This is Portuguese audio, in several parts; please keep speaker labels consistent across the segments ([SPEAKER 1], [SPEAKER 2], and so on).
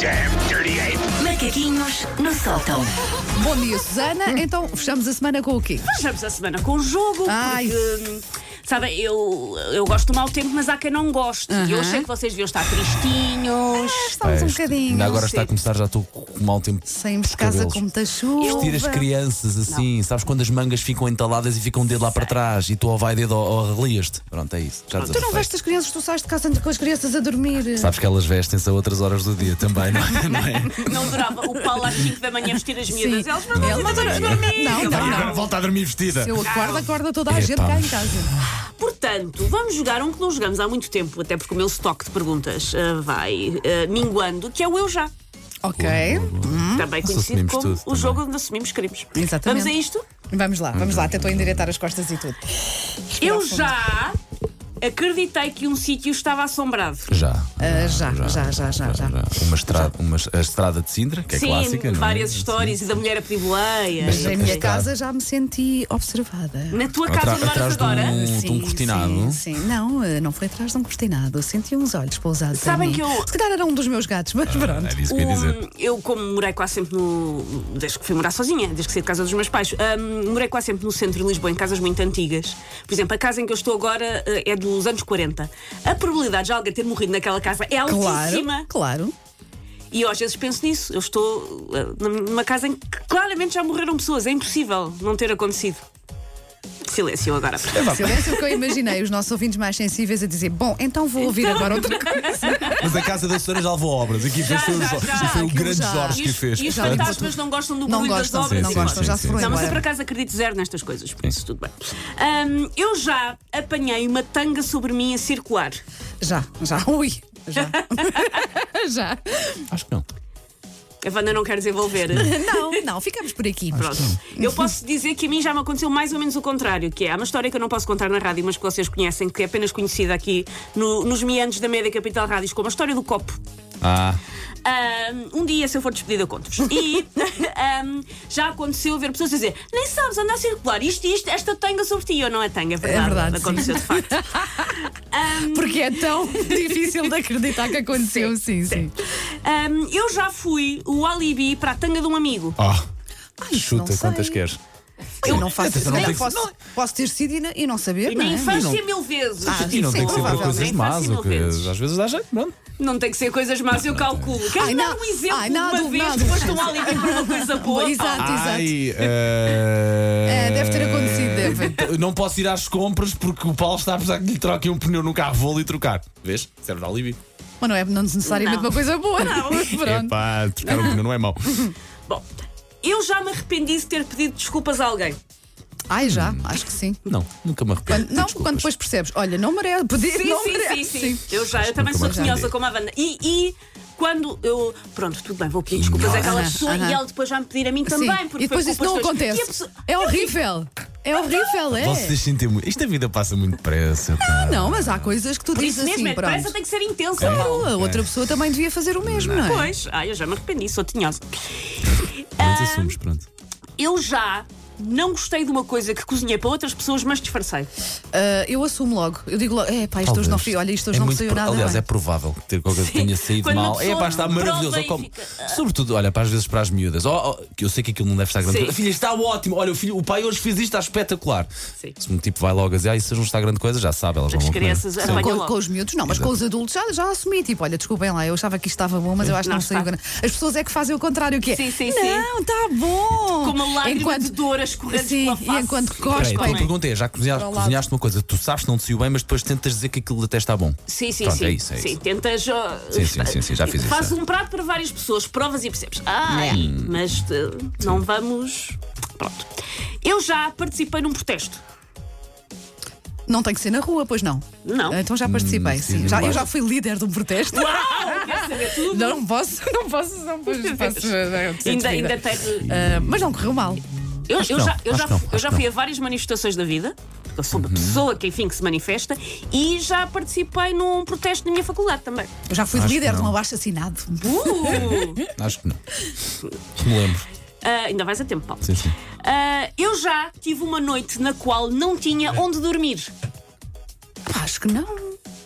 [SPEAKER 1] damn dirty ape!
[SPEAKER 2] Macaquinhos no sótão.
[SPEAKER 3] Bom dia,
[SPEAKER 4] Hum.
[SPEAKER 3] Susana. Então, fechamos a semana com o quê?
[SPEAKER 5] Fechamos a semana com o
[SPEAKER 4] um
[SPEAKER 5] jogo,
[SPEAKER 3] Ai.
[SPEAKER 5] porque. hum, Sabem, eu, eu gosto do mau tempo, mas há quem não goste. E
[SPEAKER 2] Uhum.
[SPEAKER 5] eu achei que vocês deviam estar tristinhos.
[SPEAKER 3] Estamos um
[SPEAKER 4] Este-
[SPEAKER 3] bocadinho.
[SPEAKER 4] Ainda agora
[SPEAKER 3] não
[SPEAKER 4] está a
[SPEAKER 3] sei.
[SPEAKER 4] começar, já estou com mau tempo.
[SPEAKER 3] Saímos de casa
[SPEAKER 4] cabelos.
[SPEAKER 3] com muita chuva.
[SPEAKER 4] Vestir as crianças assim, sabes quando as mangas ficam entaladas e ficam um dedo lá para trás e tu ou vai dedo ou, ou arrelias-te. Pronto, é isso. Já
[SPEAKER 3] Tu não vestes as crianças, tu sais de casa andas com as crianças a dormir.
[SPEAKER 4] Sabes que elas vestem-se a outras horas do dia também, não é? Não é?
[SPEAKER 5] Não durava o Paulo às 5 da manhã vestir as miúdas. Eles não
[SPEAKER 3] Ele mas olha, não, não,
[SPEAKER 4] E
[SPEAKER 3] não.
[SPEAKER 4] agora volta a dormir vestida.
[SPEAKER 3] Se eu acordo, acorda toda a
[SPEAKER 4] Epá.
[SPEAKER 3] gente cá em casa.
[SPEAKER 5] Portanto, vamos jogar um que não jogamos há muito tempo, até porque o meu estoque de perguntas ah, vai ah, minguando, que é o Eu Já.
[SPEAKER 3] Ok.
[SPEAKER 5] Também
[SPEAKER 4] Nós
[SPEAKER 5] conhecido
[SPEAKER 4] assumimos
[SPEAKER 5] como
[SPEAKER 4] tudo
[SPEAKER 5] o
[SPEAKER 4] também.
[SPEAKER 5] jogo onde assumimos crimes.
[SPEAKER 3] Hum? Exatamente.
[SPEAKER 5] Vamos a isto?
[SPEAKER 3] Vamos lá, vamos lá. Até estou a endireitar as costas e tudo.
[SPEAKER 5] Eu já acreditei que um sítio estava assombrado.
[SPEAKER 4] Já.
[SPEAKER 3] Ah, já, já, já, já, já.
[SPEAKER 4] Uma estrada, uma, a estrada de Sintra, que é
[SPEAKER 5] Sim,
[SPEAKER 4] clássica. não é?
[SPEAKER 5] várias histórias e da mulher a pedir boleia.
[SPEAKER 3] Mas
[SPEAKER 4] Sim.
[SPEAKER 3] em minha
[SPEAKER 4] Sim.
[SPEAKER 3] casa já me senti observada.
[SPEAKER 5] Na tua
[SPEAKER 4] Atra-
[SPEAKER 5] casa onde moras
[SPEAKER 4] atrás de
[SPEAKER 5] agora?
[SPEAKER 4] um, de um cortinado.
[SPEAKER 3] Sim, sim. Não, eh, não foi atrás de um cortinado. Eu Senti uns olhos pousados. em
[SPEAKER 5] Sabem
[SPEAKER 3] mim.
[SPEAKER 5] que eu-
[SPEAKER 3] Se calhar era um dos meus gatos, mas
[SPEAKER 4] Era
[SPEAKER 3] pronto.
[SPEAKER 4] isso É que eu ia dizer.
[SPEAKER 5] Um, eu, como morei quase sempre no. Desde que fui morar sozinha, desde que saí de casa dos meus pais, um, morei quase sempre no centro de Lisboa, em casas muito antigas. Por exemplo, a casa em que eu estou agora eh, é dos anos 40. A probabilidade de alguém ter morrido naquela casa é
[SPEAKER 3] Claro,
[SPEAKER 5] altíssima.
[SPEAKER 3] claro.
[SPEAKER 5] E eu às vezes penso nisso. Eu estou eh, numa casa em que claramente já morreram pessoas. É impossível não ter acontecido. Silêncio agora.
[SPEAKER 4] É
[SPEAKER 3] Silêncio é que eu imaginei os nossos ouvintes mais sensíveis a dizer: Bom, então vou ouvir agora outra coisa.
[SPEAKER 4] Mas a casa da senhora já levou obras. Aqui
[SPEAKER 5] Já,
[SPEAKER 4] fez todos os
[SPEAKER 5] já,
[SPEAKER 4] obras.
[SPEAKER 5] já.
[SPEAKER 4] E foi o
[SPEAKER 3] Aquilo
[SPEAKER 4] grande
[SPEAKER 3] já.
[SPEAKER 4] Jorge
[SPEAKER 5] E
[SPEAKER 4] que
[SPEAKER 5] os,
[SPEAKER 4] fez.
[SPEAKER 5] e os
[SPEAKER 4] portanto,
[SPEAKER 5] fantasmas não gostam do
[SPEAKER 3] Não
[SPEAKER 5] barulho
[SPEAKER 3] gostam,
[SPEAKER 5] das obras.
[SPEAKER 3] não
[SPEAKER 4] Sim,
[SPEAKER 3] gostam,
[SPEAKER 4] sim,
[SPEAKER 3] já
[SPEAKER 4] sim,
[SPEAKER 3] se foram
[SPEAKER 4] sim.
[SPEAKER 5] Não, mas eu por
[SPEAKER 3] embora.
[SPEAKER 5] acaso acredito zero nestas coisas, por isso tudo bem. Ahm, eu já apanhei uma tanga sobre mim a circular.
[SPEAKER 3] Já, já. Ui, já. já.
[SPEAKER 4] Acho que não.
[SPEAKER 5] A Wanda não quer desenvolver.
[SPEAKER 3] Não, não, ficamos por aqui.
[SPEAKER 5] Pronto. Eu posso dizer que a mim já me aconteceu mais ou menos o contrário, que é há uma história que eu não posso contar na rádio, mas que vocês conhecem, que é apenas conhecida aqui no- nos meandros da média capital rádios, como a história do copo.
[SPEAKER 4] Ah,
[SPEAKER 5] Ahm, um dia, se eu for despedida, eu conto-vos. E ahm, já aconteceu ver pessoas dizer: nem sabes andar a circular, isto, isto, esta tanga sobre ti, ou não é tanga, é verdade.
[SPEAKER 3] verdade, sim.
[SPEAKER 5] aconteceu de facto.
[SPEAKER 3] Porque é tão difícil de acreditar que aconteceu, sim, sim.
[SPEAKER 5] Ahm, eu já fui o alibi para a tanga de um amigo.
[SPEAKER 4] oh. Chuta
[SPEAKER 3] não sei.
[SPEAKER 4] quantas queres.
[SPEAKER 3] Eu não faço
[SPEAKER 4] Atenção,
[SPEAKER 3] isso.
[SPEAKER 4] não
[SPEAKER 3] Nem
[SPEAKER 4] tem que-
[SPEAKER 3] Posso, posso ter sido e não, e não saber,
[SPEAKER 5] E
[SPEAKER 3] não
[SPEAKER 5] na
[SPEAKER 3] é?
[SPEAKER 5] infância, mil vezes.
[SPEAKER 3] Ah,
[SPEAKER 4] E não
[SPEAKER 3] Sim,
[SPEAKER 4] tem que ser para
[SPEAKER 3] provavelmente.
[SPEAKER 4] coisas más,
[SPEAKER 5] mil
[SPEAKER 4] o que
[SPEAKER 5] vezes.
[SPEAKER 4] às vezes dá jeito, pronto.
[SPEAKER 5] Não tem que ser coisas más, eu calculo. Queres
[SPEAKER 3] Ai,
[SPEAKER 5] dar
[SPEAKER 3] não.
[SPEAKER 5] um exemplo
[SPEAKER 3] Ai,
[SPEAKER 5] de
[SPEAKER 3] nada,
[SPEAKER 5] uma vez
[SPEAKER 3] nada.
[SPEAKER 5] depois de um alibi para uma coisa boa?
[SPEAKER 3] Exato, exato.
[SPEAKER 4] Ai, eh,
[SPEAKER 3] É, deve ter acontecido, deve.
[SPEAKER 4] eu Não posso ir às compras porque o Paulo está a precisar que lhe troquem um pneu no carro. Vou ali trocar. Vês? Serve de alibi.
[SPEAKER 3] Mas não é não necessariamente
[SPEAKER 5] Não.
[SPEAKER 3] uma coisa boa. Pronto.
[SPEAKER 4] Epá, trocar um pneu não é mau.
[SPEAKER 5] Bom, eu já me arrependi de ter pedido desculpas a alguém.
[SPEAKER 3] Ai, já, acho que sim.
[SPEAKER 4] Não, nunca me arrependo.
[SPEAKER 3] Quando- não,
[SPEAKER 4] Desculpas.
[SPEAKER 3] quando depois percebes, olha, não merece pedir,
[SPEAKER 5] Sim,
[SPEAKER 3] não
[SPEAKER 5] sim, sim,
[SPEAKER 3] merece.
[SPEAKER 5] sim, Eu já, eu também
[SPEAKER 4] nunca
[SPEAKER 5] sou
[SPEAKER 4] mais
[SPEAKER 5] tinhosa
[SPEAKER 4] entendi.
[SPEAKER 5] como a Wanda. E, e quando eu. Pronto, tudo bem, vou pedir desculpas
[SPEAKER 4] Nossa.
[SPEAKER 5] àquela
[SPEAKER 3] Aham,
[SPEAKER 5] pessoa
[SPEAKER 3] aham.
[SPEAKER 5] e ela depois vai me pedir a mim
[SPEAKER 3] Sim.
[SPEAKER 5] também, porque
[SPEAKER 3] e depois
[SPEAKER 5] foi
[SPEAKER 3] isso não
[SPEAKER 5] culpas tuas. E a
[SPEAKER 3] acontece.
[SPEAKER 5] pessoa- Então,
[SPEAKER 3] É horrível. É horrível, é.
[SPEAKER 4] Vocês sentem muito. Isto a vida passa muito depressa. pá.
[SPEAKER 3] Não, mas há coisas que tu
[SPEAKER 5] Por
[SPEAKER 3] dizes
[SPEAKER 5] isso mesmo,
[SPEAKER 3] assim,
[SPEAKER 5] é depressa,
[SPEAKER 3] pronto.
[SPEAKER 5] tem que ser intensa. Paulo.
[SPEAKER 3] Claro, a outra
[SPEAKER 4] É.
[SPEAKER 3] pessoa também devia fazer o mesmo, não, é?
[SPEAKER 5] Pois, ai, eu já me arrependi, sou tinhosa.
[SPEAKER 4] Mas assumes, pronto.
[SPEAKER 5] Eu já não gostei de uma coisa que cozinhei para outras pessoas, mas disfarcei.
[SPEAKER 3] Ah, eu assumo logo. Eu digo logo, é pá, isto hoje não fui, olha, isto hoje
[SPEAKER 4] é
[SPEAKER 3] não me
[SPEAKER 4] muito
[SPEAKER 3] saiu
[SPEAKER 4] pro-
[SPEAKER 3] nada.
[SPEAKER 4] Aliás,
[SPEAKER 3] bem.
[SPEAKER 4] é provável que ter qualquer coisa que
[SPEAKER 5] Sim.
[SPEAKER 4] tenha saído
[SPEAKER 5] Quando uma
[SPEAKER 4] mal. É,
[SPEAKER 5] pessoa
[SPEAKER 4] pá, está
[SPEAKER 5] prova
[SPEAKER 4] maravilhoso.
[SPEAKER 5] e
[SPEAKER 4] Eu como-
[SPEAKER 5] fica-
[SPEAKER 4] Sobretudo, olha, para às vezes para as miúdas. Oh, oh, que eu sei que aquilo não deve estar grande
[SPEAKER 5] Sim.
[SPEAKER 4] coisa. Filha, está ótimo. Olha, o, filho, o pai hoje fez isto, está espetacular.
[SPEAKER 5] Sim.
[SPEAKER 4] Se um tipo vai logo a dizer, ah, isso hoje não está grande coisa, já sabe, elas
[SPEAKER 5] As
[SPEAKER 4] vão comer.
[SPEAKER 5] crianças
[SPEAKER 4] Sim.
[SPEAKER 5] apanham
[SPEAKER 3] Com,
[SPEAKER 5] logo.
[SPEAKER 3] com os miúdos, não, mas com os adultos já, já assumi, tipo, olha, desculpem lá, eu achava que isto estava bom, mas eu acho que
[SPEAKER 5] Não
[SPEAKER 3] não, saiu
[SPEAKER 5] está.
[SPEAKER 3] grande. As pessoas é que fazem o contrário, que é.
[SPEAKER 5] Sim, sim, sim.
[SPEAKER 3] não, está bom.
[SPEAKER 5] Com uma lágrima
[SPEAKER 3] enquanto,
[SPEAKER 5] de dor a escorrer
[SPEAKER 3] Sim,
[SPEAKER 5] pela face.
[SPEAKER 3] e enquanto
[SPEAKER 4] Espera aí,
[SPEAKER 3] cospem.
[SPEAKER 4] então a pergunta é: já cozinha-
[SPEAKER 3] Para o
[SPEAKER 4] cozinhaste,
[SPEAKER 3] lado.
[SPEAKER 4] uma coisa, tu sabes que não te saiu bem, mas depois tentas dizer que aquilo até está bom.
[SPEAKER 5] Sim, sim,
[SPEAKER 4] Pronto,
[SPEAKER 5] sim.
[SPEAKER 4] é isso, é
[SPEAKER 5] sim.
[SPEAKER 4] isso.
[SPEAKER 5] Tentas. ó,
[SPEAKER 4] Sim, sim, sim, sim, já fiz isso, é. Hum.
[SPEAKER 5] Fazes
[SPEAKER 4] já.
[SPEAKER 5] um prato para várias pessoas, provas e percebes.
[SPEAKER 2] Ah,
[SPEAKER 5] Ai, mas eh, não vamos. Pronto. Eu já participei num protesto.
[SPEAKER 3] Não tem que ser na rua, pois não.
[SPEAKER 5] Não.
[SPEAKER 3] Então já participei,
[SPEAKER 4] Hum, sim,
[SPEAKER 3] sim. Já, eu
[SPEAKER 4] basta.
[SPEAKER 3] já fui líder de um protesto.
[SPEAKER 5] Ah, quero saber tudo.
[SPEAKER 3] Não, não posso, não posso, não posso. faço- é
[SPEAKER 5] ainda, ainda tenho.
[SPEAKER 3] Ah, mas não correu mal.
[SPEAKER 5] Eu, eu
[SPEAKER 4] não,
[SPEAKER 5] já, eu
[SPEAKER 4] acho
[SPEAKER 5] já,
[SPEAKER 4] que não, Uhum.
[SPEAKER 5] eu
[SPEAKER 4] acho
[SPEAKER 5] já
[SPEAKER 4] que
[SPEAKER 5] fui a várias manifestações da vida, porque eu sou uma pessoa que, enfim, que se manifesta, e já participei num protesto na minha faculdade também.
[SPEAKER 3] Eu já fui
[SPEAKER 4] Acho que
[SPEAKER 3] líder de um
[SPEAKER 4] não.
[SPEAKER 3] abaixo assinado.
[SPEAKER 5] Uh!
[SPEAKER 4] Acho que não. Me lembro.
[SPEAKER 5] Ah, ainda vais a tempo, Paulo.
[SPEAKER 4] Sim, sim.
[SPEAKER 5] Ah, eu já tive uma noite na qual não tinha onde dormir.
[SPEAKER 3] Acho que não.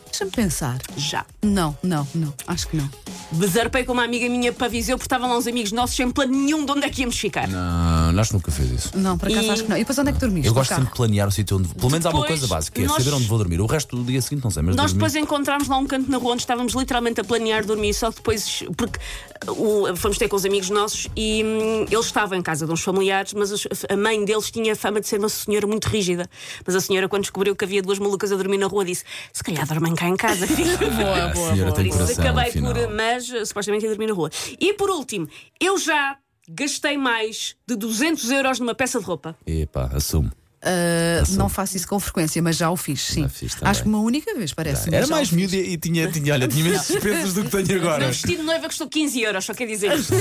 [SPEAKER 3] Deixa-me pensar.
[SPEAKER 5] Já.
[SPEAKER 3] Não, não, não. Acho que não.
[SPEAKER 5] Bezarpei com uma amiga minha para Viseu porque estavam lá uns amigos nossos sem plano nenhum de onde é que íamos ficar.
[SPEAKER 4] Ah, acho que nunca fez isso.
[SPEAKER 3] Não, por acaso
[SPEAKER 5] E-
[SPEAKER 3] acho que não. E depois onde é que dormiste?
[SPEAKER 4] Eu
[SPEAKER 3] No
[SPEAKER 4] gosto
[SPEAKER 3] carro?
[SPEAKER 4] sempre de planear o sítio onde. Pelo menos há uma
[SPEAKER 5] Depois,
[SPEAKER 4] coisa básica, é
[SPEAKER 5] nós-
[SPEAKER 4] saber onde vou dormir. O resto do dia seguinte não sei, mas
[SPEAKER 5] Nós
[SPEAKER 4] dormir-
[SPEAKER 5] depois encontramos lá um canto na rua onde estávamos literalmente a planear dormir, só que depois, porque o- fomos ter com os amigos nossos e hum, ele estava em casa de uns familiares, mas os- a mãe deles tinha a fama de ser uma senhora muito rígida. Mas a senhora, quando descobriu que havia duas malucas a dormir na rua, disse: Se calhar dormem cá em casa, filho.
[SPEAKER 4] Ah, a senhora tem
[SPEAKER 5] Por isso
[SPEAKER 4] coração,
[SPEAKER 5] acabei
[SPEAKER 4] afinal.
[SPEAKER 5] por, mas eh, supostamente ia dormir na rua. E por último, eu já gastei mais de 200 euros numa peça de roupa.
[SPEAKER 4] Epá, assumo.
[SPEAKER 3] Ah, não faço isso com frequência, mas já o fiz, sim.
[SPEAKER 4] Já fiz também.
[SPEAKER 3] acho que uma única vez, parece.
[SPEAKER 4] Era
[SPEAKER 3] mas já
[SPEAKER 4] mais
[SPEAKER 3] o fiz.
[SPEAKER 4] miúdo e e tinha, tinha, olha, tinha menos despesas do que tenho
[SPEAKER 5] O meu
[SPEAKER 4] agora.
[SPEAKER 5] Um vestido de noiva custou 15 euros, só quer dizer isto.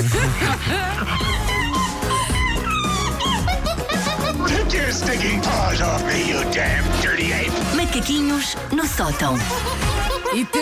[SPEAKER 1] Take your stinking paws off me, you damn dirty ape!
[SPEAKER 2] Macaquinhos no sótão.
[SPEAKER 3] E temos